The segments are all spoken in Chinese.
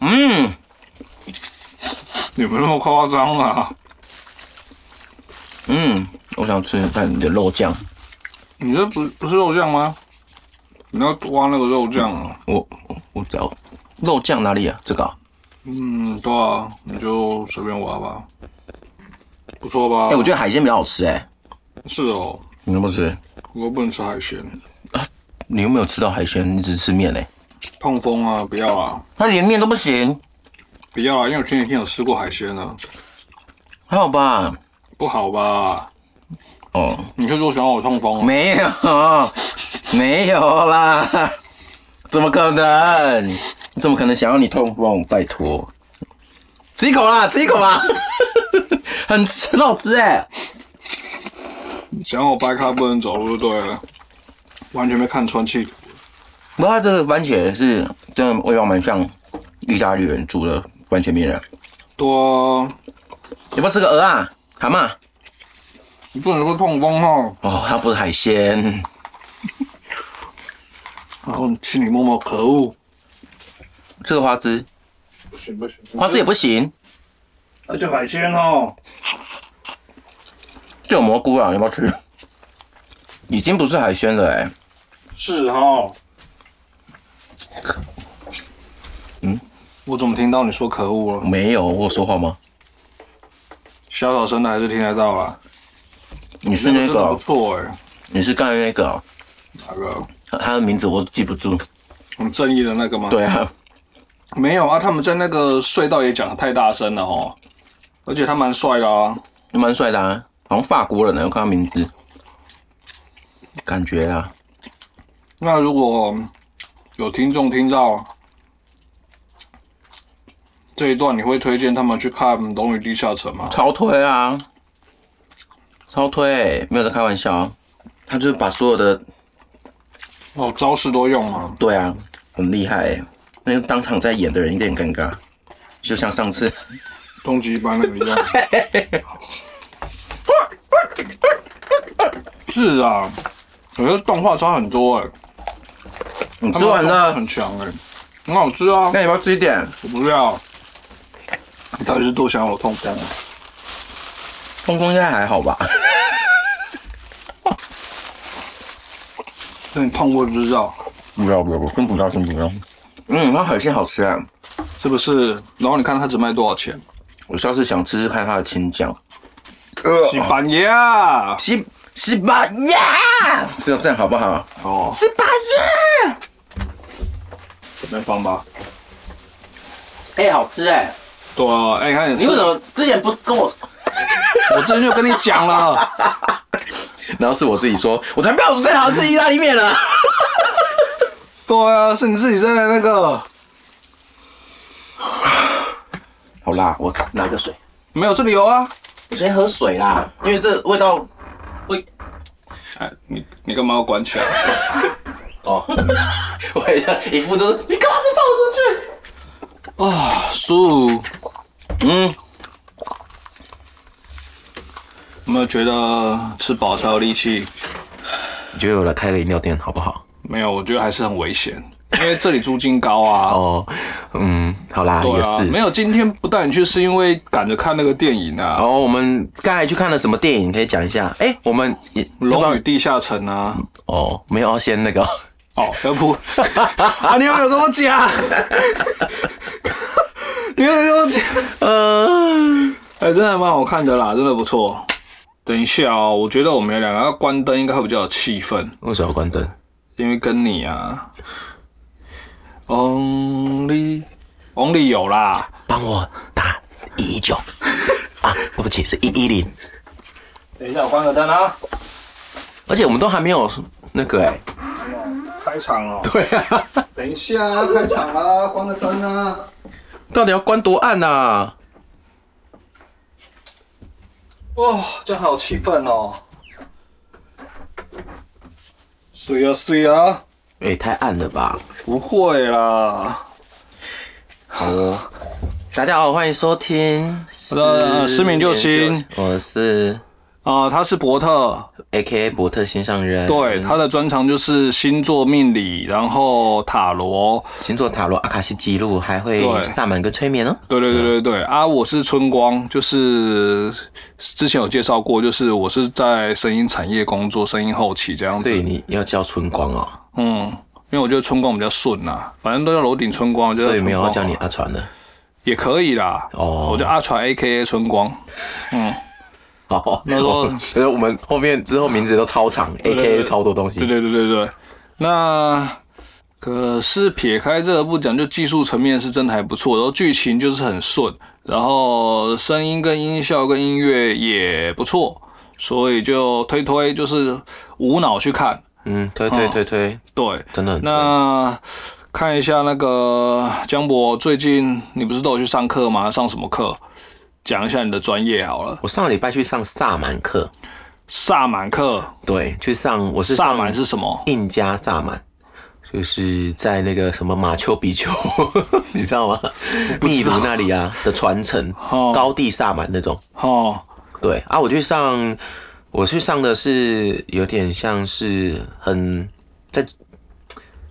嗯有没有那么夸张啊啦？嗯，我想吃看你的肉酱，你这不不是肉酱吗？你要挖那个肉酱啊？我我我找肉酱哪里啊？这个啊、嗯，对啊，你就随便挖吧，不错吧？哎、我觉得海鲜比较好吃哎、是哦，你能不能吃？我又不能吃海鲜，你又没有吃到海鲜，你只吃面哎、痛风啊，不要啦，他连面都不行，不要啊啦，因为我前几天有吃过海鲜呢，还好吧？不好吧？哦，你是说想让我痛风啊？没有， 没有啦，怎么可能？怎么可能想要你痛风？拜托，吃一口啦，吃一口啦，很很好吃哎、想让我掰开不能走路就对了，完全被看穿气。不过它这个番茄是真的味道蛮像意大利人煮的番茄面的。多、啊，有没有吃个鹅啊？蛤蟆？你不能说痛风哦。哦，它不是海鲜。然后心里默默可恶，这个花枝，不行不行，花枝也不行。而且海鲜哦，这有蘑菇啊，要不要吃？已经不是海鲜了哎、是哦。嗯，我怎么听到你说可恶了？没有，我有说话吗？小小声的还是听得到啦。你是那真个的不哦，错哎，你是刚才那个哦，那个他的名字我记不住。很正义的那个吗？，对啊，没有啊，他们在那个隧道也讲得太大声了哦，而且他蛮帅的啊。蛮帅的啊，好像法国人呢，我看他名字，感觉啦，那如果有听众听到这一段，你会推荐他们去看《龙与地下城》吗？超推啊，超推，没有在开玩笑啊，他就是把所有的哦，招式都用吗？对啊，很厉害欸。那个当场在演的人一定很尴尬，就像上 次，终极一般那个一样。 是啊，我觉得动画差很多哎、你他吃们完动画了，很强哎、很好吃啊！那你要不要吃一点？我不要，你到底是多想要我痛风啊？空空应该还好吧？那你痛过就知道不要不要不要，先不要先不要。嗯，它海鲜好吃啊，是不是？然后你看它只卖多少钱？我下次想吃吃看它的青椒。西班牙呃西西班牙，这个赞好不好？哦，西班牙，能放吧？哎、好吃哎、对啊，哎、你看，你为什么之前不跟我？ 我之前就跟你讲了，然后是我自己说，我才不要，我最好吃意大利面啊了。对啊，是你自己在那个好啦，我拿个水，没有这里有啊。我先喝水啦，因为这味道会哎，你你干嘛要关起来？哦， 我一下一副就是你干嘛不叔，放我出去？嗯，有没有觉得吃饱才有力气？你觉得我来开个饮料店好不好？没有，我觉得还是很危险，因为这里租金高 啊。哦，嗯，好啦，对也啊，是。没有，今天不带你去是因为赶着看那个电影啊，哦，我们刚才去看了什么电影？可以讲一下？哎、我们也《要不龙要与地下城》啊。哦，没有要先那个， 哦，要不啊，你有没有跟我 讲？你有没有跟我讲？嗯、哎、真的蛮好看的啦，真的不错。等一下哦，我觉得我们两个要关灯，应该会比较有气氛，为什么要关灯？因为跟你啊，Only Only 有啦，帮我打一一九 啊，对不起，是一一零。等一下我关个灯啊，而且我们都还没有那个哎、开场哦，对啊，等一下啊，开场啊，关个灯啊，到底要关多暗啊？哇、这样好有气氛哦，睡啊睡啊，哎、太暗了吧？不会啦，好哦，呃大家好，欢迎收听呃失眠救星我是呃，他是伯特， ，A K A 伯特心上人，对，他的专长就是星座命理，然后塔罗，星座塔罗、阿卡西记录，还会对萨满跟催眠哦。对对对对对啊！我是春光，就是之前有介绍过，就是我是在声音产业工作，声音后期这样所以子。你要叫春光哦，嗯，因为我觉得春光比较顺呐、反正都叫楼顶春光，我就叫所以春没有光要好叫你了阿传的也可以啦。哦我叫阿传 A K A 春光，哦。那时候我所以我们后面之后名字都超长，A 对 K A 对超多东对西。对对对对。那可是撇开这个不讲，就技术层面是真的还不错，然后剧情就是很顺，然后声音跟音效跟音乐也不错，所以就推推就是无脑去看。嗯，推推推推，对，真的很多。那看一下那个江博，最近你不是都有去上课吗？上什么课？讲一下你的专业好了。我上个礼拜去上萨满课，萨满课，对，去上我是萨上满是什么？印加萨满，就是在那个什么马丘比丘， 你知道吗？秘鲁那里啊的传承，哦高地萨满那种。哦，对啊，我去上，我去上的是有点像是很在，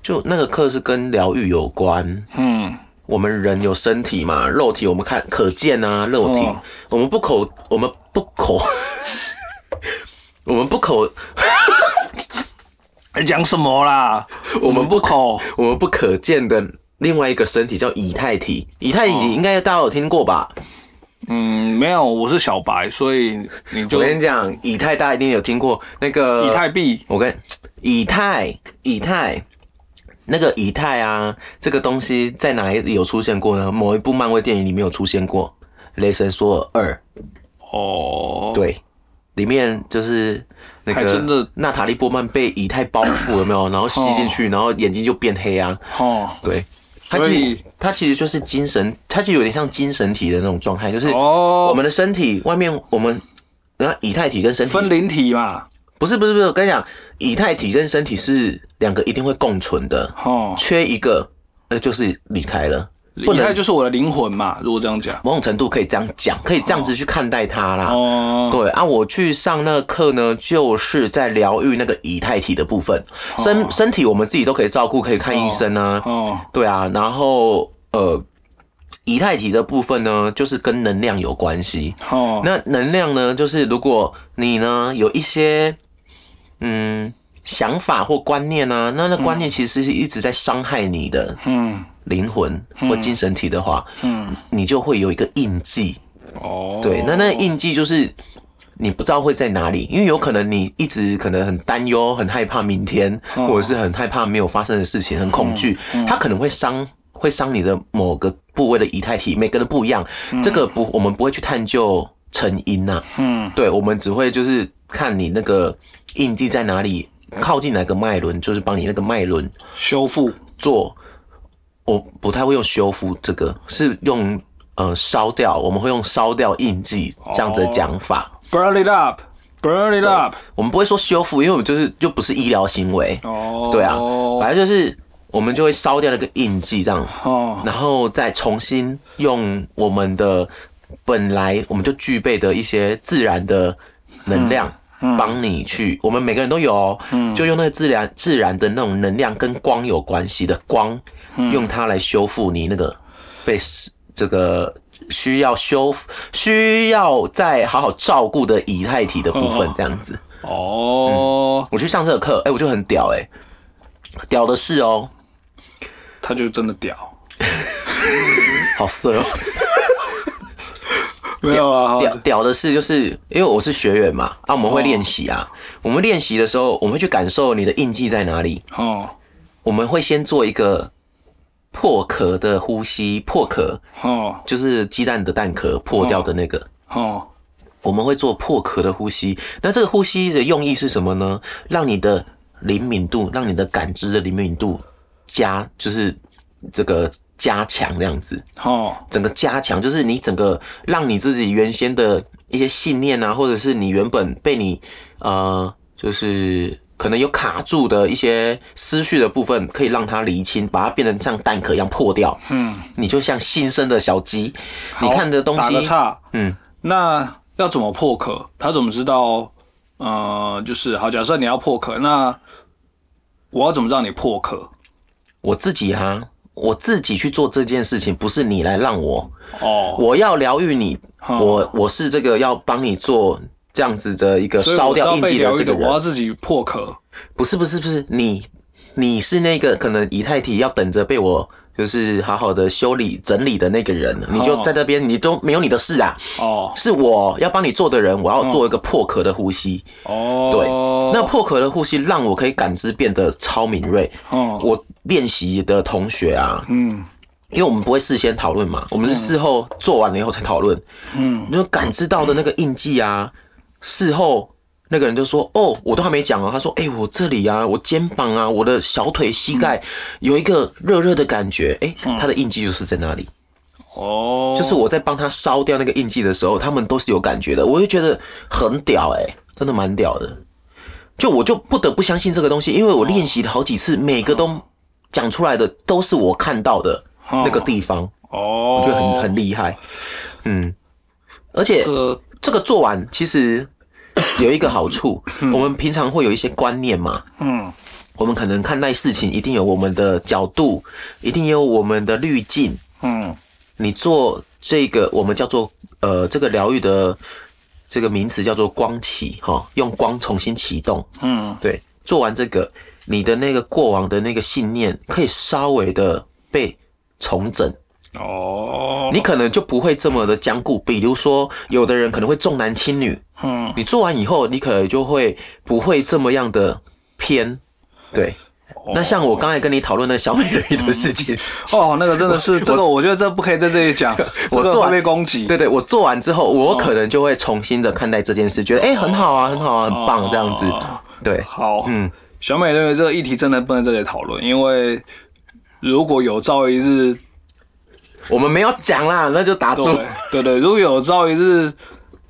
就那个课是跟疗愈有关。嗯，我们人有身体嘛，肉体我们看可见啊，肉体、哦我们不口，我们不口， 我们不口，讲什么啦？我们不口。我们不可见的另外一个身体叫以太体，以太体应该大家有听过吧？嗯，没有，我是小白，所以你我就跟你讲，以太大家一定有听过那个以太币我跟以太以太那个以太啊，这个东西在哪里有出现过呢？某一部漫威电影里面有出现过，《雷神索尔二》哦。，对，里面就是那还真个的娜塔莉波曼被以太包覆，有没有？然后吸进去，然后眼睛就变黑啊。哦对，它所以其实它其实就是精神，它其实有点像精神体的那种状态，就是我哦，们的身体外面我们。然后以太体跟身体分灵体嘛。不是不是不是，我跟你讲，以太体跟身体是两个一定会共存的，哦，缺一个，呃，就是离开了。不以能太就是我的灵魂嘛，如果这样讲。某种程度可以这样讲，可以这样子去看待它啦。哦，对啊，我去上那个课呢，就是在疗愈那个以太体的部分，身身体我们自己都可以照顾，可以看医生啊。哦，对啊，然后呃，以太体的部分呢，就是跟能量有关系。哦，那能量呢，就是如果你呢有一些嗯想法或观念啊，那那观念其实是一直在伤害你的嗯，灵魂或精神体的话，嗯，你就会有一个印记。哦，对，那那印记就是。你不知道会在哪里，因为有可能你一直可能很担忧、很害怕明天，嗯或者是很害怕没有发生的事情，很恐惧，它可能会伤会伤你的某个部位的以太体，每个人不一样，这个不我们不会去探究成因呐、嗯，对，我们只会就是看你那个印记在哪里，靠近哪个脉轮，就是帮你那个脉轮修复做。我不太会用修复，这个是用呃烧掉，我们会用烧掉印记这样子的讲法。 ，burn it up，burn it up。我们不会说修复，因为我们就是就不是医疗行为，哦，对啊，哦，反正就是我们就会烧掉那个印记这样。哦然后再重新用我们的本来我们就具备的一些自然的能量，帮你去，我们每个人都有、哦，就用那个自然自然的那种能量跟光有关系的光，用它来修复你那个被这个。需要修复，需要再好好照顾的以太体的部分，这样子。哦，我去上这个课，哎、我就很屌哎、屌的是哦，他就真的屌，好色哦。没有啊，屌屌的是，就是因为我是学员嘛，啊，我们会练习啊。我们练习的时候，我们会去感受你的印记在哪里。哦，我们会先做一个破壳的呼吸，破壳哦，就是鸡蛋的蛋壳破掉的那个。哦，我们会做破壳的呼吸。那这个呼吸的用意是什么呢？让你的灵敏度，让你的感知的灵敏度加，就是这个加强这样子。哦，整个加强，就是你整个让你自己原先的一些信念啊，或者是你原本被你呃，就是可能有卡住的一些思绪的部分，可以让它厘清，把它变成像蛋壳一样破掉。嗯，你就像新生的小鸡，你好看的东打个西，岔，嗯，那要怎么破壳？他怎么知道呃，就是好，假设你要破壳，那我要怎么让你破壳？我自己啊，我自己去做这件事情，不是你来让我。哦，我要疗愈你，嗯我我是这个要帮你做这样子的一个所以烧我是掉要印被记疗的愈这个的，我人要。自己破壳。不是不是不是，你你是那个可能以太体要等着被我就是好好的修理整理的那个人，你就哦在这边，你都没有你的事啊。哦是我要帮你做的人，我要做一个破壳的呼吸。哦，对，那破壳的呼吸让我可以感知变得超敏锐。哦我练习的同学啊，嗯因为我们不会事先讨论嘛，我们是事后做完了以后才讨论。嗯，你就感知到的那个印记啊，事后那个人就说：“哦，我都还没讲哦。”他说：“哎、我这里啊，我肩膀啊，我的小腿、膝盖有一个热热的感觉。哎、他的印记就是在那里，哦，就是我在帮他烧掉那个印记的时候，他们都是有感觉的。我就觉得很屌、哎，真的蛮屌的。就我就不得不相信这个东西，因为我练习了好几次，每个都讲出来的都是我看到的那个地方。哦，就很很厉害，嗯，而且呃这个做完其实有一个好处，我们平常会有一些观念嘛，嗯我们可能看待事情一定有我们的角度，一定有我们的滤镜。嗯你做这个，我们叫做呃，这个疗愈的这个名词叫做光启哈、用光重新启动。嗯对，做完这个，你的那个过往的那个信念可以稍微的被重整。哦，你可能就不会这么的坚固。比如说，有的人可能会重男轻女，嗯你做完以后，你可能就会不会这么样的偏。对，那像我刚才跟你讨论的小美人鱼的事情，哦，那个真的是这个，我觉得这不可以在这里讲， 我这个做会完被攻击。对对，我做完之后，我可能就会重新的看待这件事，觉得哎、很好啊，很好啊，很棒这样子。哦对，好，嗯，小美认为这个议题真的不能在这里讨论，因为如果有朝一日，我们没有讲啦，那就打住。对对对，如果有朝一日，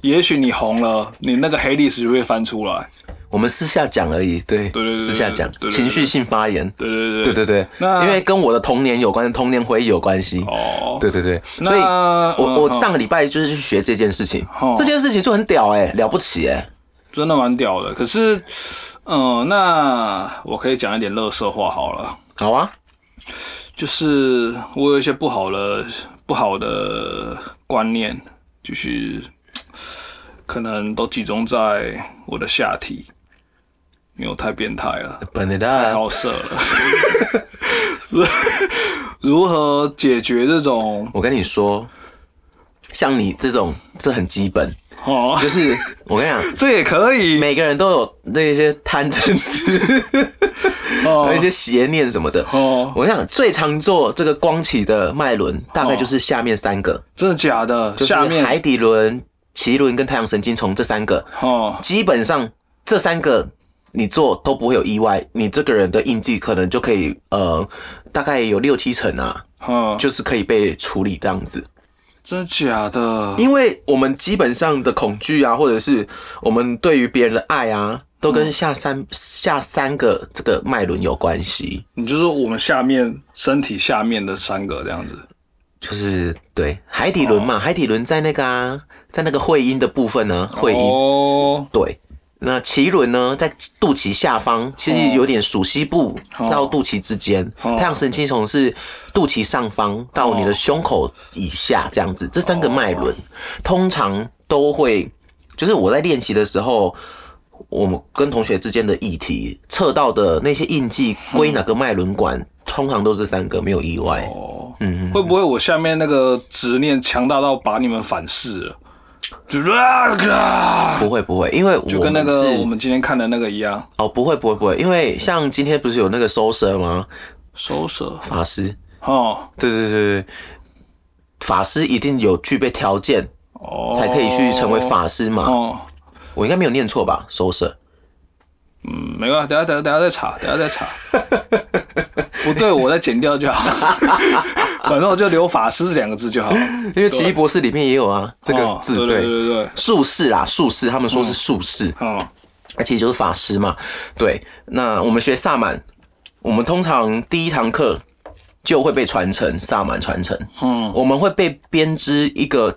也许你红了，你那个黑历史就会翻出来。我们私下讲而已，对，对对对私下讲对对对情绪性发言。对对对对对，那因为跟我的童年有关，童年回忆有关系。哦，对对对，那所以嗯 我我好上个礼拜就是去学这件事情哦，这件事情就很屌哎、了不起哎、真的蛮屌的。可是，嗯、那我可以讲一点乐色话好了，好啊，就是我有一些不好的不好的观念，就是可能都集中在我的下体，因为我太变态了。本来的好色了。如何解决这种？我跟你说，像你这种这很基 本，哦，就是我跟你讲，这也可以。每个人都有那些贪嗔痴，哦还有一些邪念什么的。哦，我跟你讲最常做这个光启的脉轮，大概就是下面三个，真的假的？就是哦下面海底轮、脐轮跟太阳神经丛这三个。哦基本上这三个你做都不会有意外，你这个人的印记可能就可以呃，大概有六七成啊，哦，就是可以被处理这样子。真的假的？因为我们基本上的恐惧啊，或者是我们对于别人的爱啊，都跟下三、下三个这个脉轮有关系，你就说我们下面身体下面的三个这样子。就是对海底轮嘛，海底轮在那个啊，在那个会阴的部分呢、会阴。哦对，那脐轮呢，在肚脐下方，其哦实有点属膝部到肚脐之间。太阳神经丛是肚脐上方到哦你的胸口以下这样子。这三个脉轮通常都会，就是我在练习的时候。我们跟同学之间的议题测到的那些印记归哪个脉轮管，通常都是三个，没有意外。嗯哦，嗯，会不会我下面那个执念强大到把你们反噬了？就啊，不会不会，因为我就跟那们个是我们今天看的那个一样，哦，不会不会不会，因为像今天不是有那个收蛇吗？收舍法师，哦对对对对，法师一定有具备条件哦，才可以去成为法师嘛？哦。我应该没有念错吧？收舍嗯，没关系，等下等下等下再查，等下 再查。不对，我再剪掉就好。 反正我就留法师这两个字就好。因为奇异博士里面也有啊这个哦字，对对对。对对，术士啦，术士，他们说是术士，哦那、其实就是法师嘛。对，那我们学萨满，我们通常第一堂课就会被传承萨满传承，嗯我们会被编织一个，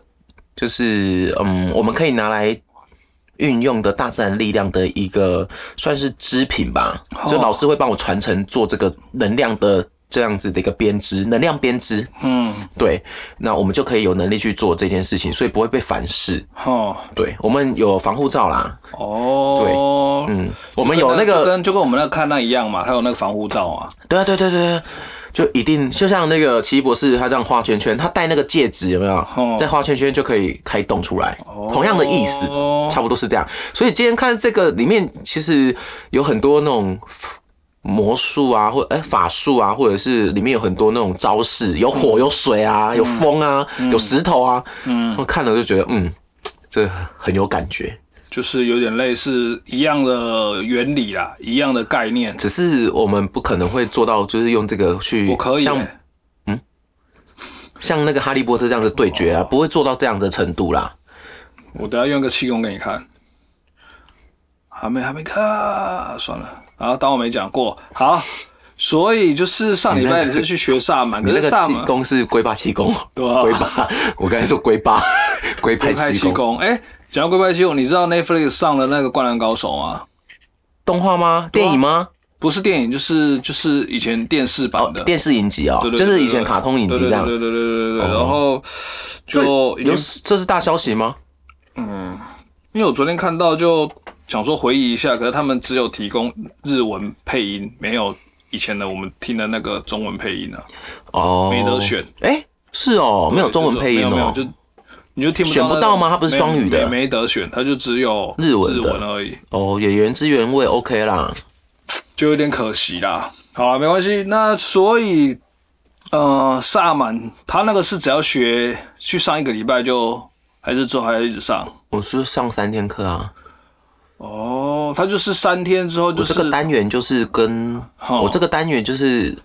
就是嗯，我们可以拿来运用的大自然力量的一个算是织品吧，就老师会帮我传承做这个能量的这样子的一个编织，能量编织，嗯，对，那我们就可以有能力去做这件事情，所以不会被反噬。好，对，我们有防护罩啦，哦，对，嗯，我们有那就个，跟就跟我们那个看那一样嘛，它有那个防护罩嘛，对啊，对对对对，就一定，就像那个奇异博士他这样画圈圈，他戴那个戒指有没哦有？在画圈圈就可以开洞出来，同样的意思，哦差不多是这样。所以今天看这个里面，其实有很多那种。魔术啊，或哎、法术啊，或者是里面有很多那种招式，有火、有水啊，嗯有风啊，有石头啊，嗯，我看了就觉得，嗯，这很有感觉。就是有点类似一样的原理啦，一样的概念。只是我们不可能会做到，就是用这个去我可以、像欸，像那个哈利波特这样的对决啊，哦不会做到这样的程度啦。我等下用个气功给你看。还没还没看，算了，然后当我没讲过。好，所以就是上礼拜你是去学萨满，你可那是个萨气满功是龟巴气 功，对啊龟巴，我刚才说龟巴， 龟派龟派气气功，功。哎、讲到龟派气功，你知道 Netflix 上了那个《灌篮高手》吗？动画吗？啊电影吗？不是电影，就是就是以前电视版的，电视影集哦对，对就是对以前卡通影集这对样。对对对对对对对。然后就已经有，这是大消息吗？因为我昨天看到就想说回忆一下，可是他们只有提供日文配音，没有以前的我们听的那个中文配音啊，哦，没得选。哎，是哦，没有中文配音没有没有哦，就你就听不到选不那种到吗它不是双语的没没没得选，它就只有日文的日文而已。哦，也原汁原味，OK 啦。就有点可惜啦。好啊，没关系。那所以，呃，萨满他那个是只要学去上一个礼拜就，还是之后还要一直上。我是上三天课啊，哦，他就是三天之后就我是这个单元就是跟哦我这个单元就是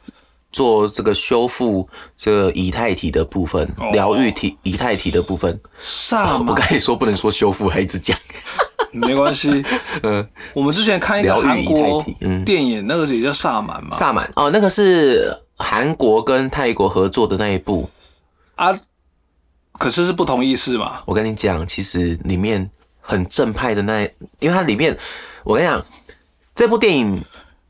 做这个修复这个以太体的部分哦，疗愈体以太体的部分。萨我满、哦刚才说不能说修复，还一直讲。没关系。 嗯，我们之前看一个疗愈韩以国太体嗯电影，那个也叫萨满嘛。萨满哦，那个是韩国跟泰国合作的那一部。啊，可是是不同意思嘛。我跟你讲，其实里面很正派的那，因为它里面，我跟你讲，这部电影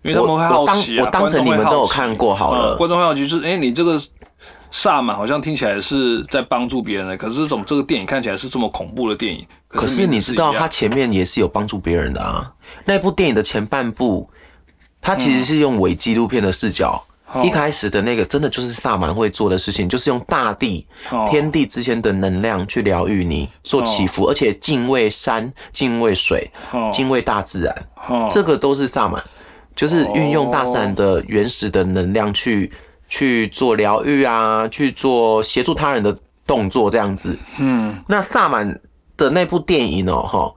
因为他们会好奇、啊、我我当我当成你们都有看过好了嗯观众会好奇就是，哎、你这个萨满好像听起来是在帮助别人的，可是怎么这个电影看起来是这么恐怖的电影？可是名字你知道，一样他前面也是有帮助别人的啊。那部电影的前半部，他其实是用伪纪录片的视角。哦一开始的那个真的就是萨满会做的事情，就是用大地、哦天地之间的能量去疗愈你，做祈福，而且敬畏山、敬畏水、哦敬畏大自然，哦这个都是萨满，就是运用大自然的原始的能量去去做疗愈啊，去做协助他人的动作这样子。嗯那萨满的那部电影哦，哈，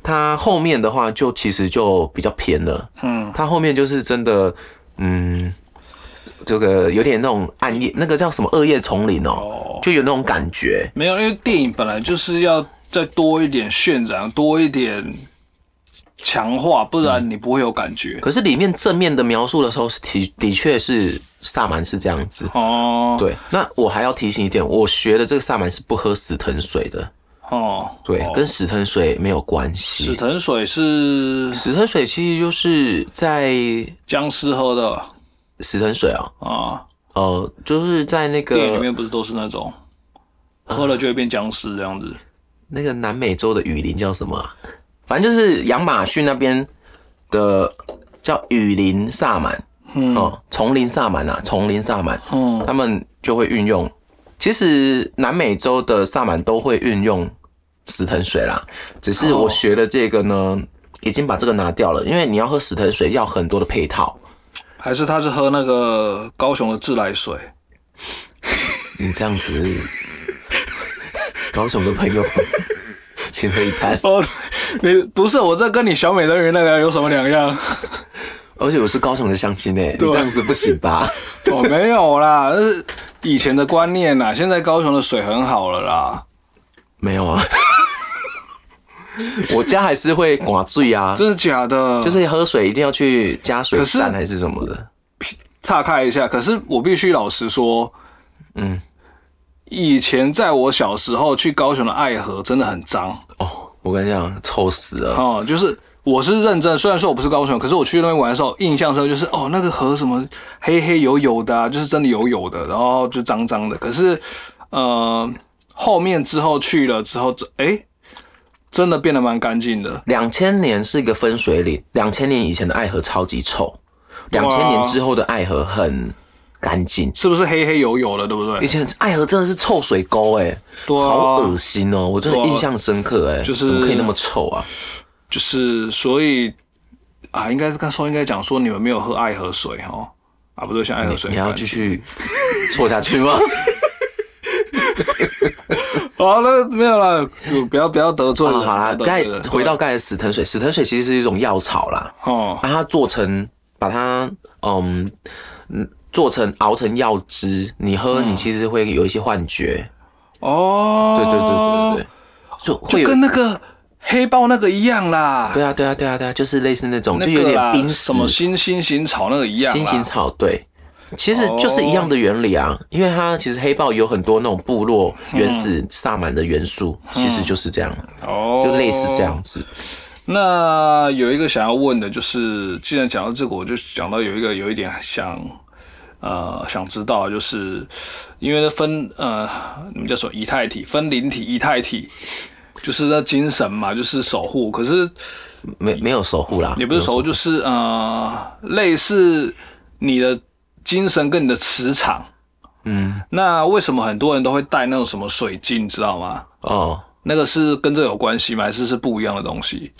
它后面的话就其实就比较偏了，嗯，它后面就是真的，嗯，这个有点那种暗夜，那个叫什么恶夜丛林哦，就有那种感觉。没有，因为电影本来就是要再多一点渲染，多一点强化，不然你不会有感觉。可是里面正面的描述的时候是的的确是萨满是这样子。哦，对，那我还要提醒一点，我学的这个萨满是不喝死藤水的，哦，对，哦跟死藤水没有关系。死藤水是死藤水其实就是在僵尸喝的啊、死藤水哦，呃，就是在那个电影里面不是都是那种喝了就会变僵尸这样子。那个南美洲的雨林叫什么、啊？反正就是亚马逊那边的叫雨林萨满，哦，丛林萨满啊，丛林萨满，嗯他们就会运用。其实南美洲的萨满都会运用死藤水啦，只是哦我学的这个呢，已经把这个拿掉了，因为你要喝死藤水要很多的配套。还是他是喝那个高雄的自来水？你嗯这样子， 高雄的朋友， 请回谈。哦，你不是我这跟你小美人鱼那个有什么两 样？而且我是高雄的相亲诶、欸你啊这样子不行吧？我、哦没有啦，那是以前的观念啦。现在高雄的水很好了啦，没有啊，我家还是会寡醉啊，真的假的？就是喝水一定要去加水可是站还是什么的。岔开一下，可是我必须老实说，嗯，以前在我小时候去高雄的爱河真的很脏，哦，我跟你讲，臭死了！哦，就是我是认真，虽然说我不是高雄人，可是我去那边玩的时候，印象深刻就是哦，那个河什么黑黑油油的、啊，就是真的油油的，然后就脏脏的。可是呃，后面之后去了之后，这哎，真的变得蛮干净的。两千年是一个分水岭，两千年以前的爱河超级臭，两千年之后的爱河很干净。是不是黑黑油油的，对不以对？前爱河真的是臭水沟哎、对啊好恶心哦！我真的对啊印象深刻哎、就是怎么可以那么臭啊？就是所以啊，应该是刚说应该讲说你们没有喝爱河水哦，啊不对，像爱河水你要继续臭下去 吗？好了，没有了，就不要不要得罪啊人。好啦，不要盖得罪人回到盖的死藤水，死藤水其实是一种药草啦，哦把它做成，把它嗯嗯做成熬成药汁，你喝嗯你其实会有一些幻觉，哦，对对对对对对，就会就有跟那个黑豹那个一样啦，对啊对啊对啊对啊，就是类似那种，那就有个啦点濒死什么新新型草那个一样新型啦。哦草对。其实就是一样的原理啊，因为它其实黑豹有很多那种部落嗯原始萨满的元素，其实就是这样，哦，就类似这。样子。那有一个想要问的，就是既然讲到这个，我就讲到有一个有一点想，呃，想知道，就是因为分呃，你们叫什么以太体、分灵体、以太体，就是那精神嘛，就是守护。可是没没有守护啦，也不是没有守护，就是呃，类似你的精神跟你的磁场。嗯那为什么很多人都会带那种什么水晶，知道吗？哦，那个是跟这有关系吗？还是是不一样的东西？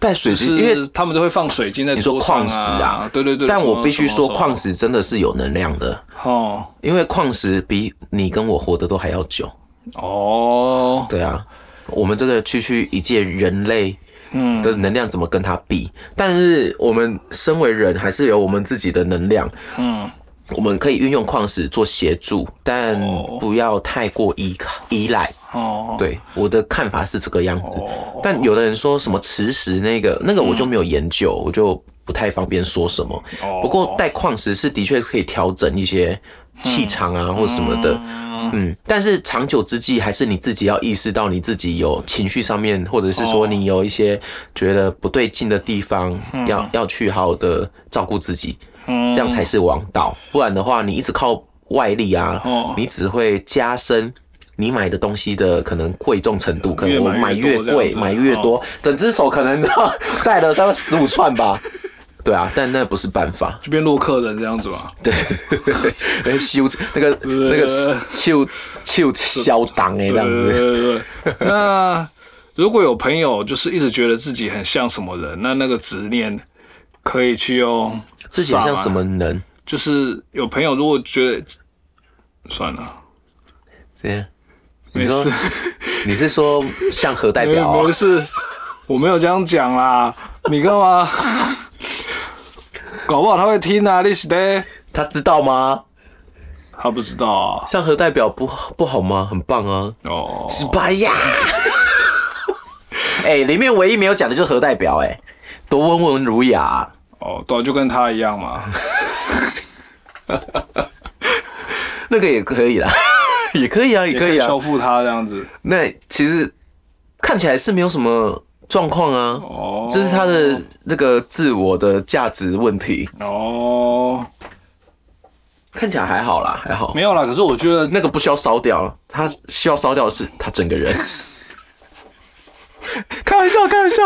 带水只晶，因为是他们都会放水晶在你说桌上矿石啊对对对。但什我么必须什么说，什么矿石真的是有能量的，哦因为矿石比你跟我活得都还要久。哦，对啊，我们这个区区一介人类，嗯，的能量怎么跟它比？但是我们身为人，还是有我们自己的能量，嗯，我们可以运用矿石做协助，但哦不要太过依靠依赖。哦，对，我的看法是这个样子。哦但有的人说什么磁石那个那个我就没有研究，我就不太方便说什么。哦不过带矿石是的确可以调整一些气场啊或什么的。嗯嗯，但是长久之计，还是你自己要意识到你自己有情绪上面，或者是说你有一些觉得不对劲的地方，要要去好好的照顾自己，嗯这样才是王道。不然的话，你一直靠外力啊哦，你只会加深。你买的东西的可能贵重程度，可能我买越越买越多贵，这样买子哦越多，整只手可能都 戴了大概十五串吧。对啊，但那不是办法。就变洛克人这样子吧。对， 那个修那个那个修修消档哎，这样对子。对对对。对那如果有朋友就是一直觉得自己很像什么人，那那个执念可以去用自己很像什萨满？么人？就是有朋友如果觉得算了，这样，你说 你是说像何代没表有哦哎不？是，我没有这样讲啦，你干 嘛？搞不好他会听啊，你是的，他知道吗？他不知道啊。像何代表不不好吗？很棒啊，哦，失败呀！哎，里面唯一没有讲的就是何代表，哎，多温文儒雅啊。哦，对啊、就跟他一样嘛。那个也可以啦， 也 可以啊，也可以啊修。复他这样子。那其实看起来是没有什么状况啊。哦，这是他的那个自我的价值问题，哦，看起来还好啦，还好没。有啦。可是我觉得那个不需要烧掉，他需要烧掉的是他整个人。 开玩笑，开玩笑，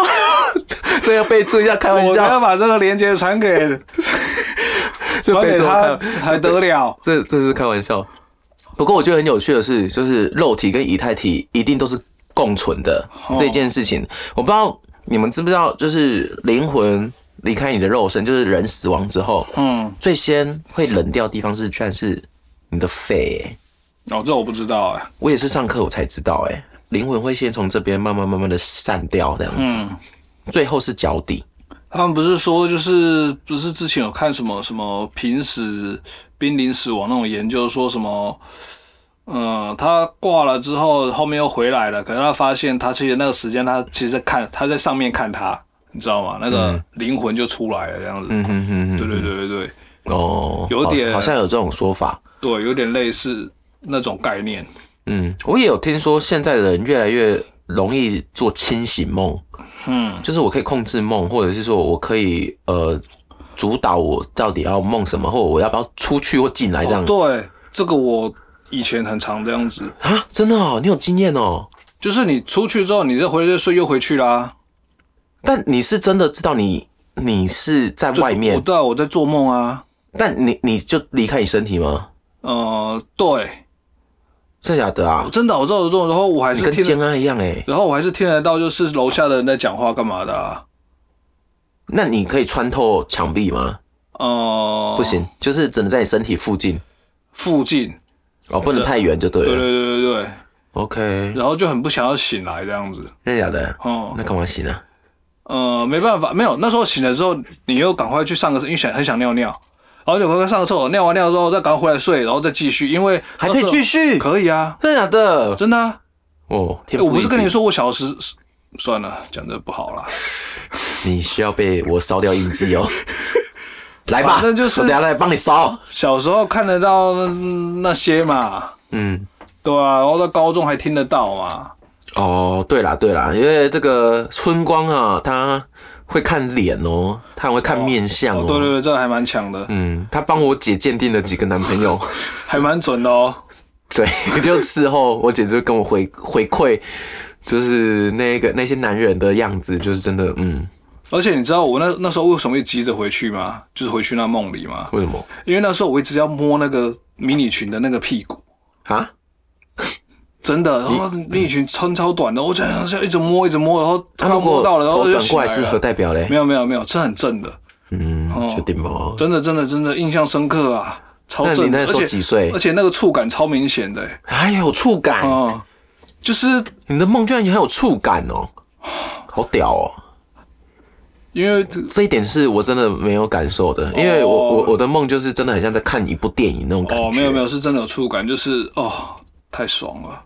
这要被注意一下，开玩我笑要。把这个链接 传给传给他，还得了？这这是开玩笑。不过我觉得很有趣的是，就是肉体跟以太体一定都是共存的、这件事情。我不知道你们知不知道，就是灵魂离开你的肉身，就是人死亡之后，嗯，最先会冷掉的地方是，居然是你的肺、欸。哦，这我不知道哎、我也是上课我才知道、欸，哎，灵魂会先从这边慢慢慢慢的散掉，这样子，嗯，最后是脚底。他们不是说就是不是之前有看什么什么濒死濒临死亡那种研究，说什么，嗯，他挂了之后，后面又回来了，可是他发现他其实那个时间他其实在看他在上面看他，你知道吗？那个灵魂就出来了这样子。嗯哼哼对哼，对对对对哦，有好点好像有这种说法。对，有点类似那种概念。嗯，我也有听说现在的人越来越容易做清醒梦，嗯，就是我可以控制梦，或者是说我可以呃主导我到底要梦什么，或者我要不要出去或进来这样、哦对，这个我以前很常这样子，啊？真的哦，你有经验哦。就是你出去之后，你再回去睡又回去啦。但你是真的知道你你是在外我面，知道我在做梦啊。但你你就离开你身体吗？呃，对，真的假的啊？真的我知道我做梦，然后我还你是跟听得，煎安一样哎、然后我还是听得到，就是楼下的人在讲话干嘛的、啊。那你可以穿透墙壁吗？呃，不，行，就是只能在你身体附近附近，哦，不能太远就对对对了。对对对， OK，然后就很不想要醒来这样子。真的假的？哦、那干嘛行啊？呃，没办法，没有。那时候醒了之后，你又赶快去上个，因为想很想尿尿，然后就回去上个厕所，尿完尿之后再赶快回来睡，然后再继续，因为还可以继续，续？可以啊，真的假的？真的啊。哦，天欸赋我不是异跟禀你，说我小时，算了，讲这不好啦。你需要被我烧掉印记 哦。来吧，反正就是我等下来帮你烧。小时候看得到那那些嘛，嗯，对啊，然后到高中还听得到嘛，哦，对啦对啦，因为这个春光啊，他会看脸哦，他很会看面相对对哦。对，这还蛮强的，嗯，他帮我姐鉴定了几个男朋 友，还蛮准的哦。对，就事后我姐就跟我回回馈，就是那个那些男人的样子，就是真的，嗯，而且你知道我那那时候为什么会急着回去吗？就是回去那梦里嘛，为什么因为那时候我一直要摸那个迷你裙的那个屁股，啊？真的，然后嗯迷你裙穿超短的，我就想想一直摸一直摸，然后突他然啊如摸果到了，然头后就转醒过来来是了何代表嘞没？有没有没有，是很正的，嗯，哦确定吗？真的真的真的印象深刻啊，超那正你的，那时候而且几岁而且那个触感超明显的、欸，还有触感，嗯，就是你的梦居然还有触感哦，好屌哦！因为这一点是我真的没有感受的，因为我我我的梦就是真的很像在看一部电影那种感觉。哦，没有没有，有，是真的有触感，就是哦，太爽了。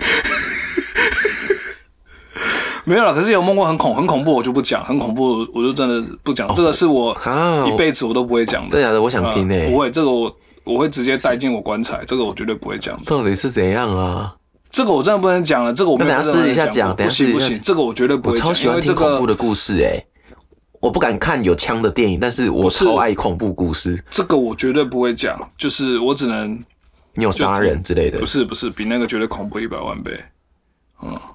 没有了，可是有梦过很恐很恐怖，我就不讲，很恐怖，我就真的不哦讲。这个是我啊一辈子我都不会讲的真。的假的？我想听欸呢、不会，这个我我会直接带进我棺材，这个我绝对不会讲的。到底是怎样啊？这个我真的不能讲了，这个我没有那等下跟任何人私底下讲过等不下私底行下不行，这个我绝对不我会讲，超喜欢因为这听个恐怖的故事哎、我不敢看有枪的电影，但是我超爱恐怖故事。这个我绝对不会讲，就是我只能你有杀人之类的不，是不是比那个绝对恐怖一百万倍，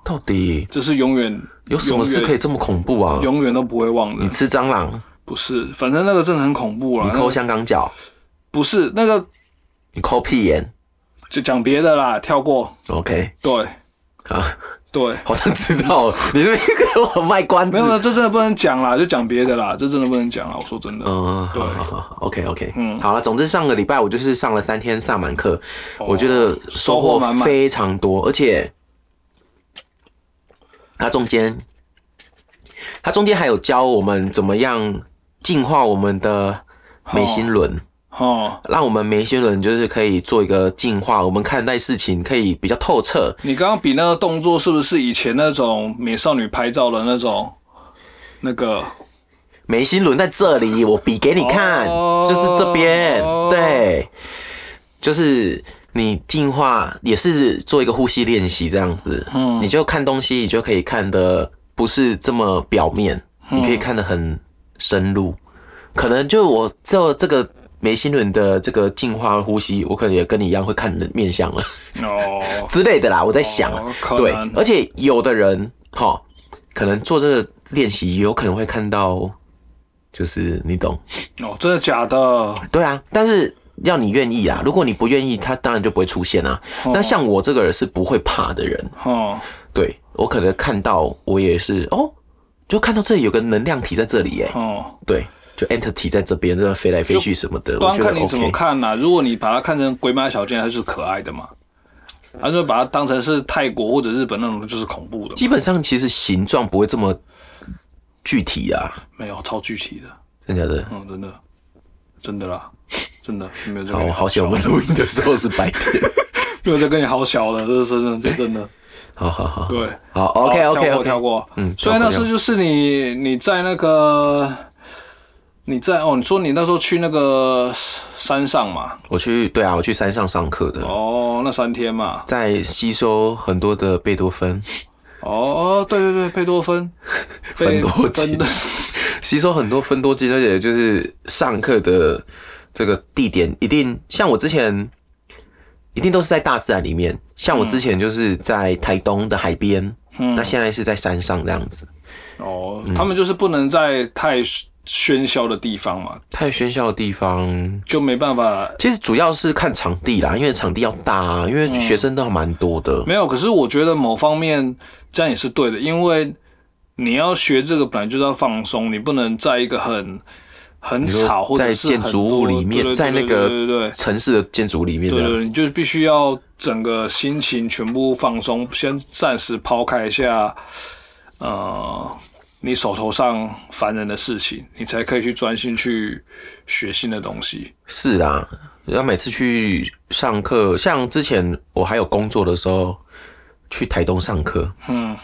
到底这是永远有什么事可以这么恐怖啊？永远都不会忘的你。吃蟑螂，不是，反正那个真的很恐怖啦。你那抠个香港脚，不是那个，你抠屁眼就讲别的啦，跳过。 ，OK 对啊，对，好像知道了你这边给我卖关子没有。了，这真的不能讲啦，就讲别的啦，这真的不能讲啦。我说真的，嗯，好好好好，OK OK，嗯，好了，总之上个礼拜我就是上了三天萨满课，哦我觉得收收获获满满非常多，而且它中间，它中间还有教我们怎么样净化我们的眉心轮，哦，让我们眉心轮就是可以做一个净化，我们看待事情可以比较透彻。你刚刚比那个动作是不是以前那种美少女拍照的那种那个？眉心轮在这里，我比给你看，哦就是这边，哦对，就是你进化也是做一个呼吸练习这样子，嗯，你就看东西，你就可以看的不是这么表面，嗯你可以看得很深入，可能就我做这个。眉心轮的这个进化呼吸，我可能也跟你一样会看人面相了哦，之类的啦。我在想啊，哦可对能，而且有的人哈、齁可能做这个练习，有可能会看到，就是你懂，哦，真的假的？对啊，但是。要你愿意啊！如果你不愿意，他当然就不会出现啊。那像我这个人是不会怕的人，哦，对我可能看到我也是哦，就看到这里有个能量体在这里耶，哦，对，就 entity 在这边，这样飞来飞去什么的，我端觉看得你怎么 OK。看啦、如果你把它看成鬼马小贱，它就是可爱的嘛；，还是把它当成是泰国或者日本那种，就是恐怖的嘛。基本上其实形状不会这么具体啊，没有，超具体的，真的假的？嗯，真的，真的啦，真的没有在好，啊跟你我好好险我们录音的时候是白天。 没有在跟你好小的，这是真的，这是真的，好好好，对好，OK 嗯好啊 OK 跳过 OK，跳过，嗯所以那跳过次就是你你在那个你在哦，你说你那时候去那个山上嘛？我去，对啊，我去山上上课的，哦，那三天嘛。在吸收很多的贝多芬， 哦哦，对对对，贝多芬，芬多芬精，吸收很多芬多精，而且就是上课的这个地点一定像我之前，一定都是在大自然里面。像嗯我之前就是在台东的海边，那现在是在山上这样子。哦，他们就是不能在太喧嚣的地方嘛，太喧嚣的地方，就没办法。其实主要是看场地啦，因为场地要大啊，因为学生都还蛮多的。嗯没有，可是我觉得某方面这样也是对的，因为你要学这个本来就是要放松，你不能在一个很很你说吵或者在是很建筑物里面，多对对在那对对对个城市的建筑物里面对对的，对，你就是必须要整个心情全部放松，先暂时抛开一下，呃，你手头上烦人的事情，你才可以去专心去学新的东西。是啦。然后每次去上课，像之前我还有工作的时候，去台东上课，嗯，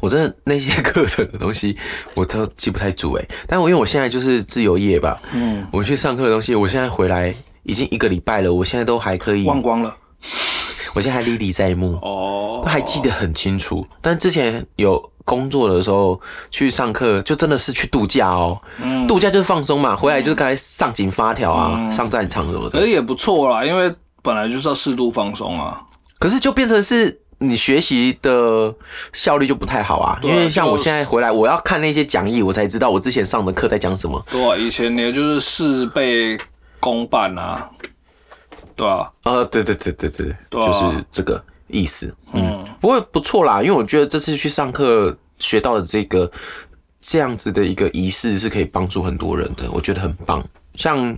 我真的那些 课程的东西我都记不太住诶、但我因为我现在就是自由业吧，嗯，我去上课的东西，我现在回来已经一个礼拜了，我现在都还可以，忘光了我现在还历历在目。哦都，还记得很清楚。但之前有工作的时候去上课，就真的是去度假哦，嗯度假就是放松嘛，回来就是该上紧发条啊，上战场什么可的。是也不错啦，因为本来就是要适度放松啊。可是就变成是。你学习的效率就不太好啊，对啊因为像就我现在回来，我要看那些讲义，我才知道我之前上的课在讲什么。对、啊，以前你就是事倍功半啊，对啊，啊，对对对对对，对啊就是这个意思。嗯，不过不错啦，因为我觉得这次去上课学到的这个这样子的一个仪式是可以帮助很多人的，我觉得很棒。像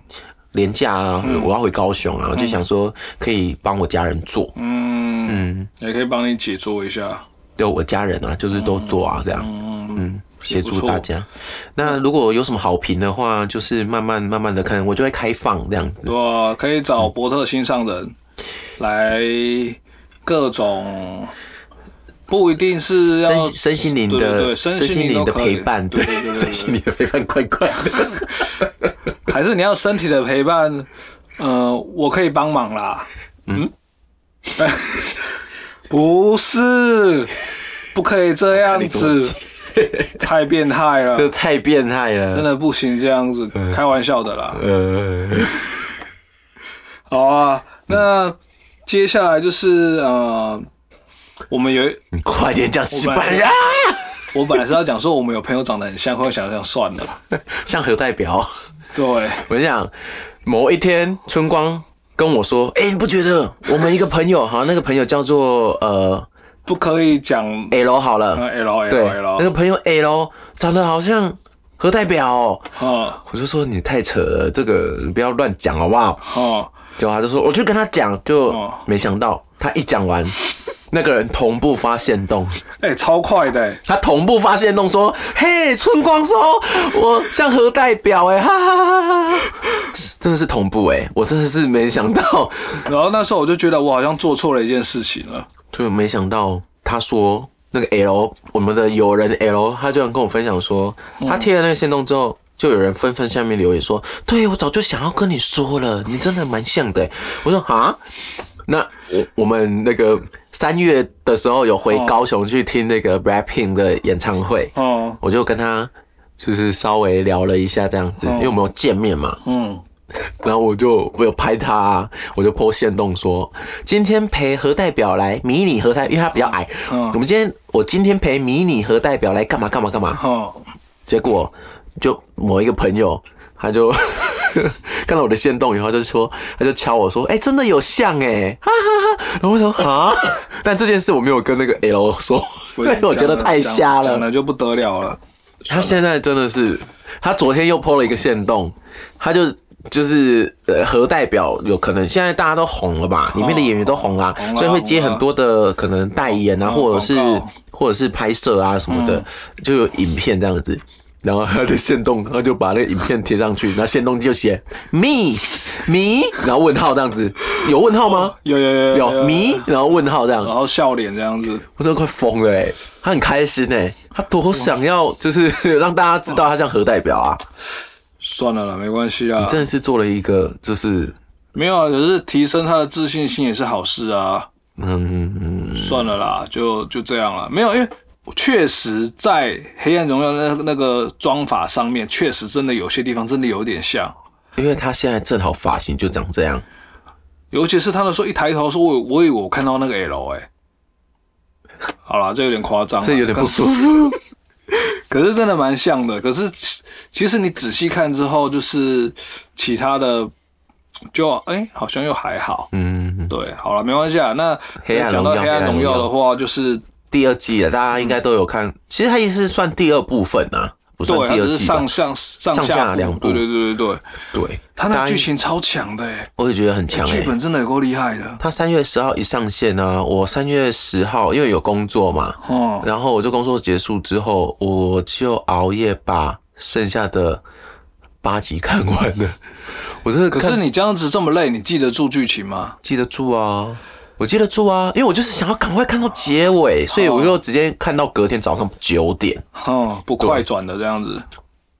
廉假啊，我要回高雄啊，我就想说可以帮我家人做，嗯嗯，也可以帮你解说一下。就我家人啊，就是都做啊，这样，嗯，协助大家。那如果有什么好评的话，就是慢慢慢慢的看，我就会开放这样子。对啊，可以找伯特心上人来各种，不一定是要身身心灵啊对对对的身心身灵心都灵的可以陪伴，对对对对对对身心灵的陪伴，怪怪的。还是你要身体的陪伴，呃，我可以帮忙啦。嗯， 不是，不可以这样子，太变态了，这太变态了，真的。的不行这样子，开玩笑的啦。呃，好啊，那接下来就是呃，我们有一你快点叫西班牙，我本来是要讲说我们有朋友长得很像，后来想想算了，像何代表。对。我跟你讲，某一天春光跟我说：“哎、你不觉得我们一个朋友，好，那个朋友叫做呃不可以讲呃 L 好了， L L 啊对哎 L，那个朋友 L 长得好像何代表、哦。”哦我就说你太扯了，这个你不要乱讲好不好？哦结果他就说我去跟他讲，就哦没想到他一讲完，那个人同步发现动，哎，超快的欸，他同步发现动说，嘿，春光说我像核代表哎，哈哈哈哈哈，真的是同步哎，我真的是没想到，然后那时候我就觉得我好像做错了一件事情了，就没想到他说那个 L，我们的友人 L，他居然跟我分享说，他贴了那个线动之后。就有人纷纷下面留言说：“对我早就想要跟你说了，你真的蛮像的欸。”我说：“哈，那我我们那个三月的时候有回高雄去听那个 Rapping 的演唱会，哦，我就跟他就是稍微聊了一下这样子，因为我们有见面嘛，嗯，然后我就我有拍他、啊，我就 po 线动说，今天陪何代表来迷你何代，因为他比较矮，嗯我们今天我今天陪迷你何代表来干嘛干嘛干嘛，哦，结果就某一个朋友他就 看到我的线动以后，他就说他就敲我说，哎、真的有像哎、哈哈哈，然后我想啊，但这件事我没有跟那个 L 说， 因为我觉得太瞎了讲，的就不得了了，他现在真的是，他昨天又 PO 了一个线动，他就就是呃，核代表有可能现在大家都红了吧，里面的演员都红啦哦红，了所以会接很多的可能代言啊，红嗯或者是广告或者是拍摄啊什么的，就有影片这样子。然后他的线动，他就把那个影片贴上去，然后线动就写 me me，然后问号这样子，有问号吗？有有有有 me，然后问号这样然，后笑脸这样子，我真的快疯了哎、他欸 很开心哎、他多想要就是让大家知道他像何代表啊，算了啦，没关系啊。真的是做了一个，就是没有啊，可是提升他的自信心也是好事啊。嗯嗯嗯，算了啦，就就这样了。没有，因为确实在《黑暗荣耀》那那个妆法上面，确实真的有些地方真的有点像，因为他现在正好发型就长这样，尤其是他那时候一抬头的时候，我以我以为我看到那个 L 哎、好啦，这有点夸张啊，这有点但不舒服。可是真的蛮像的。可是其其实你仔细看之后，就是其他的就哎、好像又还好。嗯，对，好了，没关系啊。那黑暗讲荣到耀黑暗荣耀的话，就是第二季啊了，大家应该都有看，其实它也是算第二部分啊，不算对，它第只二是季吧上。上上上下部两部对对对对对，对，它那大家剧情超强的哎，我也觉得很强剧哎。本真的有够厉害的。他三月十号一上线呢、我三月十号因为有工作嘛，哦，然后我就工作结束之后，我就熬夜把剩下的八集看完了。我真的可看是你这样子这么累，你记得住剧情吗？记得住啊，我记得住啊，因为我就是想要赶快看到结尾，所以我就直接看到隔天早上九点，哦，不快转的这样子，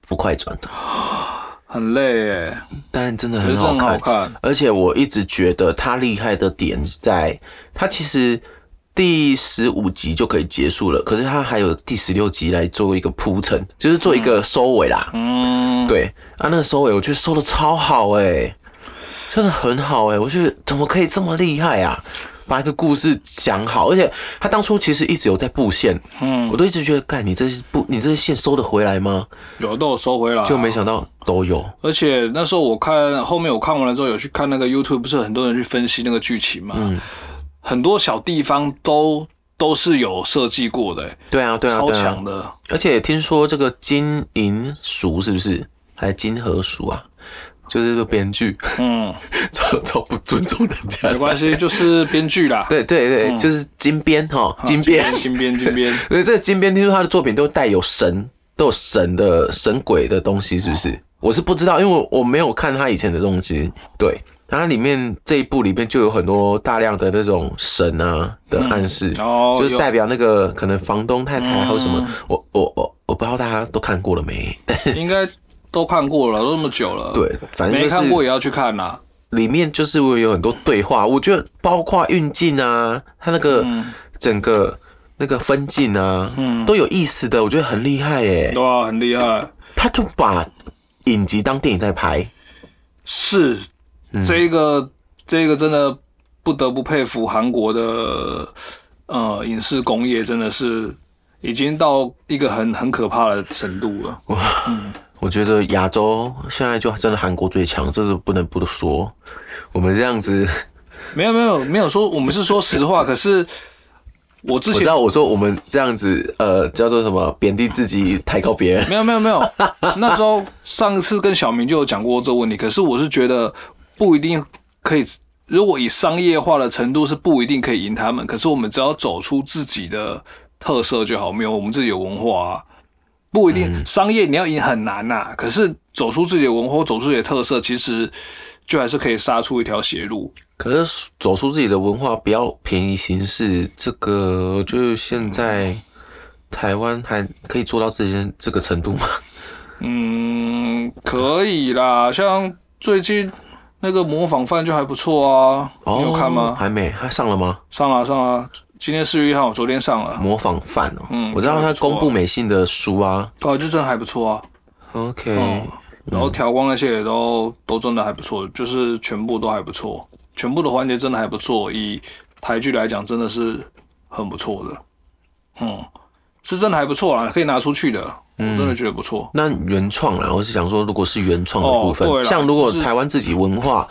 不快转的，很累哎，但真的可很是好真的很好看。看。而且我一直觉得他厉害的点在，他其实第十五集就可以结束了，可是他还有第十六集来做一个铺陈，就是做一个收尾啦。嗯，对啊，那个收尾我觉得收的超好哎、真的很好哎、我觉得怎么可以这么厉害啊？把一个故事讲好，而且他当初其实一直有在布线，嗯，我都一直觉得，干你这是布，你这些线收得回来吗？有都有收回来啊，就没想到都有，而且那时候我看后面我看完了之后，有去看那个 YouTube，不是很多人去分析那个剧情嘛？嗯很多小地方都都是有设计过的、欸对啊，对啊，超对啊强，的。而且听说这个金银鼠是不是还是金河鼠啊？就是这个编剧 嗯，超超不尊重人家没，关系，就是编剧啦。对对对，嗯就是金编哈，啊金编编，金编，金编。所以这个金边听说他的作品都带有神，都有神的神鬼的东西，是不是？我是不知道，因为我我没有看他以前的东西。对，它里面这一部里面就有很多大量的那种神啊的暗示，然后就是嗯哦有嗯代表那个可能房东太太啊或者什么。我我我我不知道大家都看过了没？但应该都看过了，都那么久了。，对，反正哦没就看过是也要去看啦。里面就是会有很多对话，我觉得包括运镜啊，他那个嗯整个。那个分镜啊，都有意思的，我觉得很厉害耶。对啊，很厉害。他就把影集当电影在拍，是，这个这个真的不得不佩服韩国的呃影视工业，真的是已经到一个很很可怕的程度了。我觉得亚洲现在就真的韩国最强，这是不能不说。我们这样子，没有没有没有说我们是说实话，可是我之我知前道我说我们这样子，呃，叫做什么贬低自己，抬高别人。 没有没有没有，那时候上一次跟小明就有讲过这个问题，可是我是觉得不一定可以。如果以商业化的程度是不一定可以赢他们，可是我们只要走出自己的特色就好，没有我们自己的文化、啊，不一定、商业你要赢很难呐、啊可是走出自己的文化，走出自己的特色，其实就还是可以杀出一条血路。可是走出自己的文化，不要便宜行事，这个就是现在台湾还可以做到这些这个程度吗？嗯，可以啦，像最近那个模仿犯就还不错啊， 你有看吗？哦还没，他上了吗？上了上了，今天四月一号，昨天上了，模仿犯哦、嗯我知道他公布美信的书啊。哦，就真的还不错啊。 OK，、嗯，然后调光那些也都都真的还不错，就是全部都还不错，全部的环节真的还不错。以台剧来讲，真的是很不错的，嗯，是真的还不错啦，可以拿出去的，我真嗯的觉得不错。那原创啦，我是想说，如果是原创的部分，哦对啦像如果就是台湾自己文化，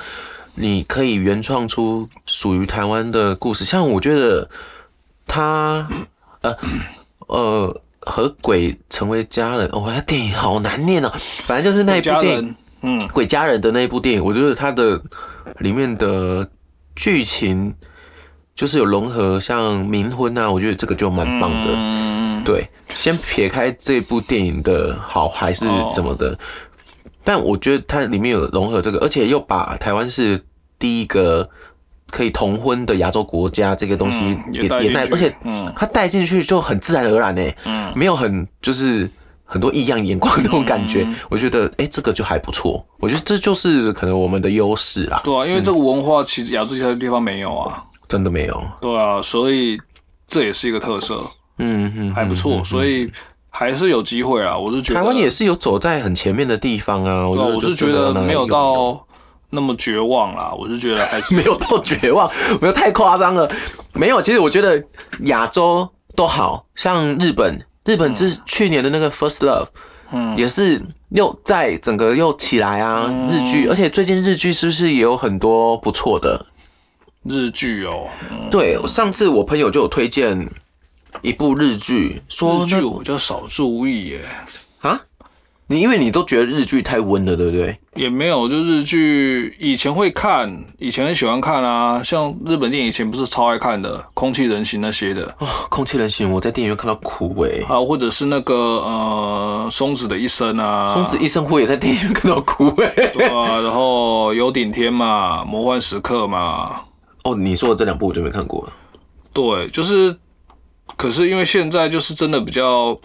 你可以原创出属于台湾的故事。像我觉得他，呃呃，和鬼成为家人，哦，那电影好难念哦。反正就是那一部家电影人，嗯《鬼家人》的那一部电影，我觉得它的里面的剧情就是有融合，像冥婚啊，我觉得这个就蛮棒的。嗯，对，先撇开这部电影的好还是哦什么的，但我觉得它里面有融合这个，而且又把台湾是第一个可以同婚的亚洲国家这个东西嗯也也带也进带，去而且欸嗯它带进去就很自然而然呢、嗯没有很就是很多异样眼光那种感觉。我觉得，哎、这个就还不错。我觉得这就是可能我们的优势啦，对啊，因为这个文化其实亚洲其他地方没有啊，真的没有。对啊，所以这也是一个特色，嗯嗯，还不错，所以还是有机会啊。我是觉得台湾也是有走在很前面的地方啊。我对觉啊，得我就是觉得真的没有拿来用到那么绝望啦，我是觉得还 是没有到绝望，没有太夸张了。没有，其实我觉得亚洲都好像日本，日本之去年的那个 First Love，嗯也是又在整个又起来啊，日剧，而且最近日剧是不是也有很多不错的？日剧哦，嗯对，上次我朋友就有推荐一部日剧，说日剧哦那我就少注意耶，啊，你因为你都觉得日剧太温了，对不对？也没有，就日剧以前会看，以前很喜欢看啊，像日本电影以前不是超爱看的，《空气人形》那些的哦，空气人形，我在电影院看到哭哎、欸。啊，或者是那个呃松子的一生啊，松子医生会也在电影院看到哭哎、 欸。啊，然后有顶天嘛，魔幻时刻嘛，哦，你说的这两部我就没看过了。对，就是，可是因为现在就是真的比较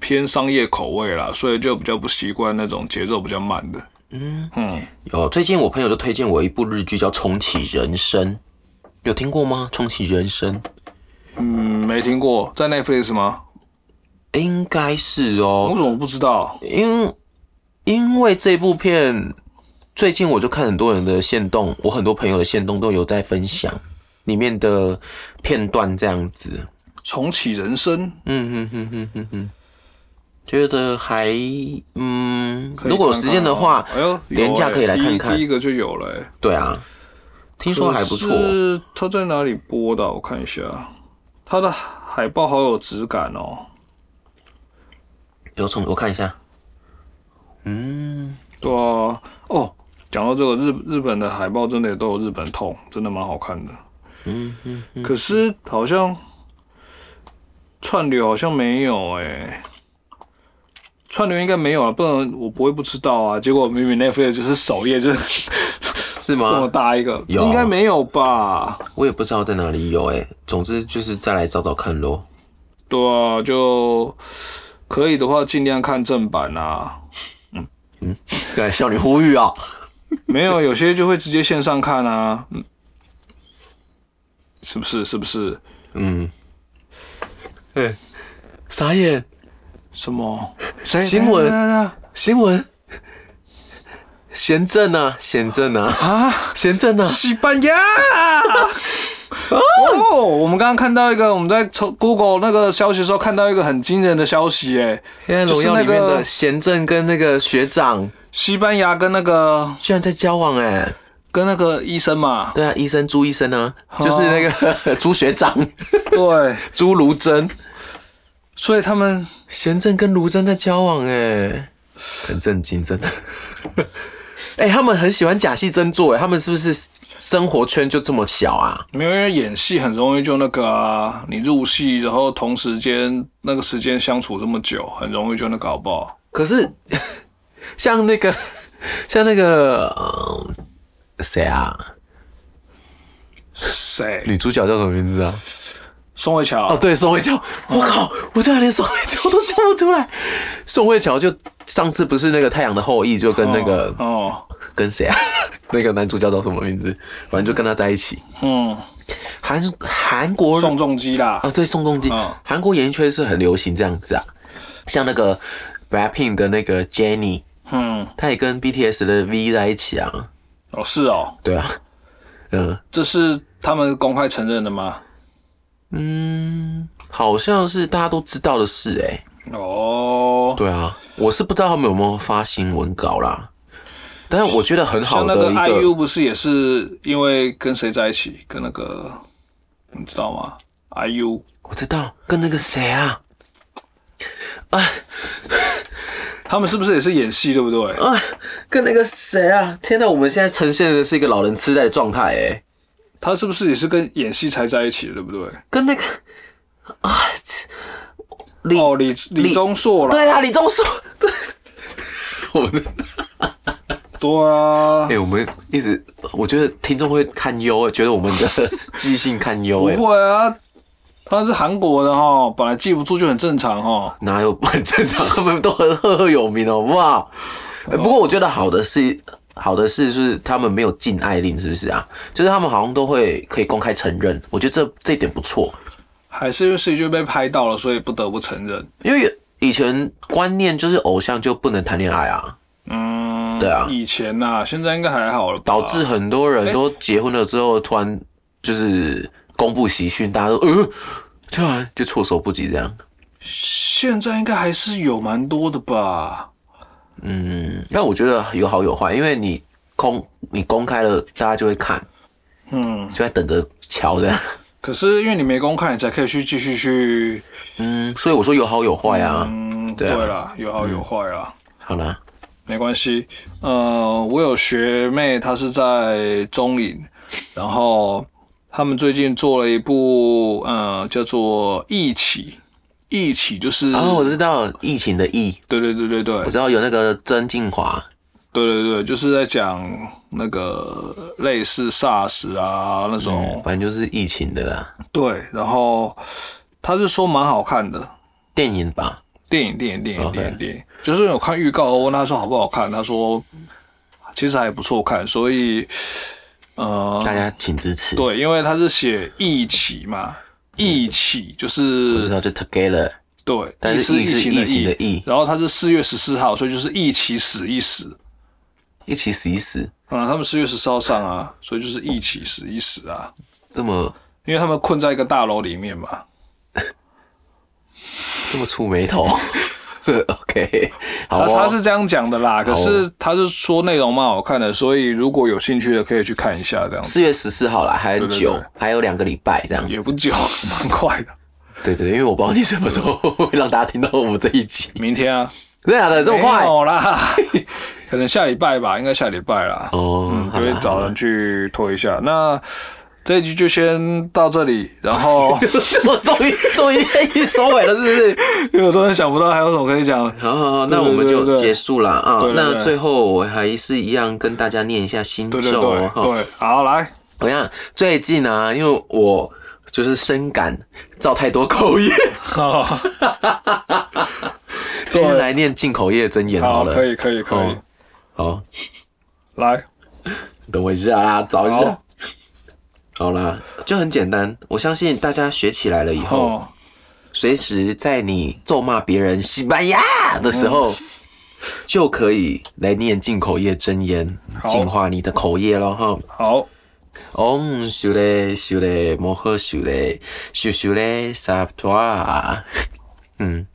偏商业口味啦，所以就比较不习惯那种节奏比较慢的。嗯嗯，有，最近我朋友就推荐我一部日剧叫《重启人生》，有听过吗？《重启人生》嗯没听过，在 Netflix 吗？应该是我哦，怎么不知道？因因为这部片最近我就看很多人的线动，我很多朋友的线动都有在分享里面的片段这样子，重启人生，嗯哼哼哼哼哼，觉得还嗯，可以如果有看时看间的哦话，哎呦，有廉价哎可以来第看一看第一个就有了、哎对啊，听说还不错可，是它在哪里播的啊？我看一下，它的海报好有质感哦。有重我看一下，对啊，哦，讲到这个日日本的海报，真的也都有日本痛，真的蛮好看的。嗯嗯。可是好像串流好像没有哎、串流应该没有啊，不然我不会不知道啊。结果明明 Netflix 就是首页就是是这么吗？大一个，有应该没有吧？我也不知道在哪里有哎、总之就是再来找找看咯。对啊，就可以的话尽量看正版啊。 对，少女呼吁啊，没有，有些就会直接线上看啊，嗯，是不是？是不是？ 嗯，哎、傻眼，什么？谁新闻等一下等一下新闻，贤正啊，贤正啊， 啊，贤正啊，西班牙！哦，我们刚刚看到一个，我们在从 Google 那个消息的时候看到一个很惊人的消息，哎，黑暗荣耀里面的贤正跟那个学长西班牙跟那个居然在交往哎、跟那个医生 嘛，对啊，医生朱医生啊，就是那个 朱学长对，朱如真，所以他们贤正跟卢真在交往哎、很震惊， 真的。哎、他们很喜欢假戏真做哎、他们是不是生活圈就这么小啊？没有因为演戏很容易就那个啊，你入戏，然后同时间那个时间相处这么久，很容易就那个好不好？可是 像那个像那个嗯谁、啊？谁？女主角叫什么名字啊？宋慧乔哦，对，宋慧乔。我靠，我竟然连宋慧乔都叫不出来。宋慧乔就上次不是那个《太阳的后裔》就跟那个、哦，跟谁啊？ 那个男主角叫什么名字？反正就跟他在一起。嗯，韩韩国人宋仲基啦啊，，对，宋仲基嗯，韩、国演艺圈是很流行这样子啊，像那个 BLACKPINK 的那个 Jennie，嗯，她也跟 BTS 的 V 在一起啊，哦是哦，对啊，嗯，这是他们公开承认的吗？好像是大家都知道的事哎、哦，对啊，我是不知道他们有没有发新闻稿啦，但是我觉得很好像的那一个个 IU 不是也是因为跟谁在一起？跟那个你知道吗？IU 我知道跟那个谁啊，他们是不是也是演戏，对不对？啊，跟那个谁啊，天呐，我们现在呈现的是一个老人痴呆的状态哎，他是不是也是跟演戏才在一起的，对不对？跟那个啊，李哦，李李钟硕啦，对啦，李钟硕。 对，我们对啊哎、，我们一直，我觉得听众会堪忧，觉得我们的记性堪忧。不哎，会啊，他是韩国的哈，本来记不住就很正常哈。哪有很正常？他们都很赫赫有名，好不好？哎不过我觉得好的是，好的是是他们没有禁爱令，是不是啊？就是他们好像都会可以公开承认，我觉得这这一点不错，还是因为事情就被拍到了，所以不得不承认。因为以前观念就是偶像就不能谈恋爱啊，嗯，对啊以前呐、现在应该还好了吧。导致很多人都结婚了之后，突然就是公布喜讯，大家都呃，突然就措手不及这样。现在应该还是有蛮多的吧。嗯，但我觉得有好有坏，因为你公你公开了，大家就会看，嗯，就在等着瞧这 样。可是因为你没公开，你才可以去继续去。嗯，所以我说有好有坏啊。嗯，对啊啦，有好有坏啦。好啦，没关系。呃，我有学妹，她是在中影，然后他们最近做了一部呃叫做《一起》，一起就是然后我知道疫情的疫，对对对对对哦我知道有那个曾静华，对对对，就是在讲那个类似 SARS 啊那种、哦反正就是疫情的啦，对，然后他是说蛮好看的。电影吧。电影，电影，电影， OK 电影，电影，就是有看预告，哦我问他说好不好看，他说其实还不错看，所以呃，大家请支持。，对，因为他是写一起嘛，一起就我知是道就 together，对，但是一疫是起疫情的的疫然后他是四月十四号，所以就是一起死一死一起死一死，啊、他们四月十四号上啊，所以就是一起死一死啊，这么因为他们困在一个大楼里面嘛。这么触眉 头。这 OK，好他哦。他是这样讲的啦，可是他是说内容蛮好看的，所以如果有兴趣的可以去看一下，这样子四月十四号啦，还很久，对对还有两个礼拜这样也子。不久，蛮快的。对对，因为我不知道你什么时候会让大家听到我们这一集。明天啊，真的假的这么没快？有 啦，可能下礼拜吧，应该下礼拜啦。哦嗯，就会找人去拖一下。那这一集就先到这里，然 后 我终于终于愿意收尾了，是不是？ 因为我突然想不到还有什么可以讲了。好好好，对那我们对对就对结束了啊对。对对那最后我还是一样跟大家念一下心对对咒对哦。哈对，好来，我想最近啊，因为我就是深感造太多口业，好，今天来念进口业真言好好，了。可以可以可以哦，好，来，等我一下啦，找一下好。好啦，就很简单。我相信大家学起来了以后，哦，随时在你咒骂别人“西班牙”的时嗯候，就可以来念进口业真言，好净化你的口业咯。哈。好，嗡，修嘞修嘞，摩诃修嘞，修修嘞，萨陀啊。 嗯，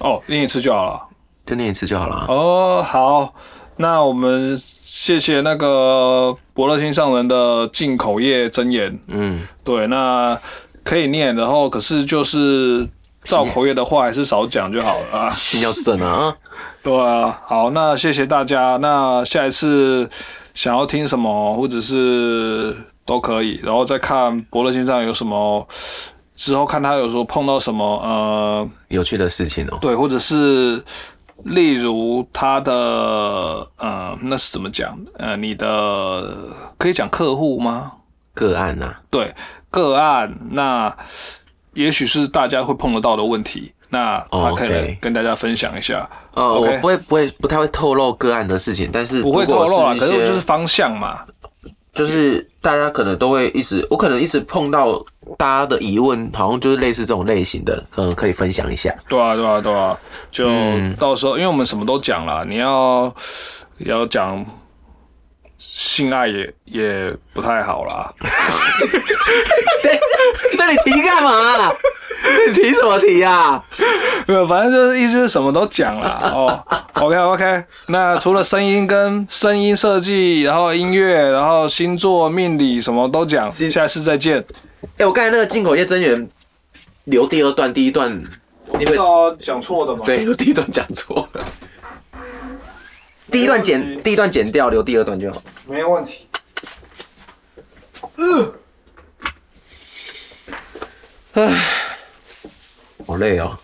哦，另一次就好了。就念一次就好了啊。哦，好，那我们谢谢那个伯乐心上人的进口业真言。嗯，对，那可以念，然后可是就是造口业的话，还是少讲就好了啊。心要正啊。 对啊，好，那谢谢大家。那下一次想要听什么，或者是都可以，然后再看伯乐先生有什么，之后看他有时候碰到什么，呃，有趣的事情哦。对，或者是例如他的，呃，那是怎么讲？呃，你的可以讲客户吗？个案呐、啊，对个案，那也许是大家会碰得到的问题，那他哦可能 OK 跟大家分享一下。呃 OK 我不会不会不太会透露个案的事情，但是不会透露啊，如可果是一些就是方向嘛。就是大家可能都会一直，我可能一直碰到大家的疑问，好像就是类似这种类型的，可能可以分享一下。对啊，对啊，对啊，就嗯到时候，因为我们什么都讲了，你要要讲性爱也也不太好啦。 那你提干嘛、你提什么提呀、啊？没有，反正就是意思就是什么都讲啦。哦，OK OK，那除了声音跟声音设计，然后音乐，然后星座命理什么都讲，下次再见。 哎、我刚才那个进口业真源留第二段，第一段你们哦，讲错的吗？对， 留第一段讲错了。第一段剪，第一段剪掉，留第二段就好。没有问题。好累哦。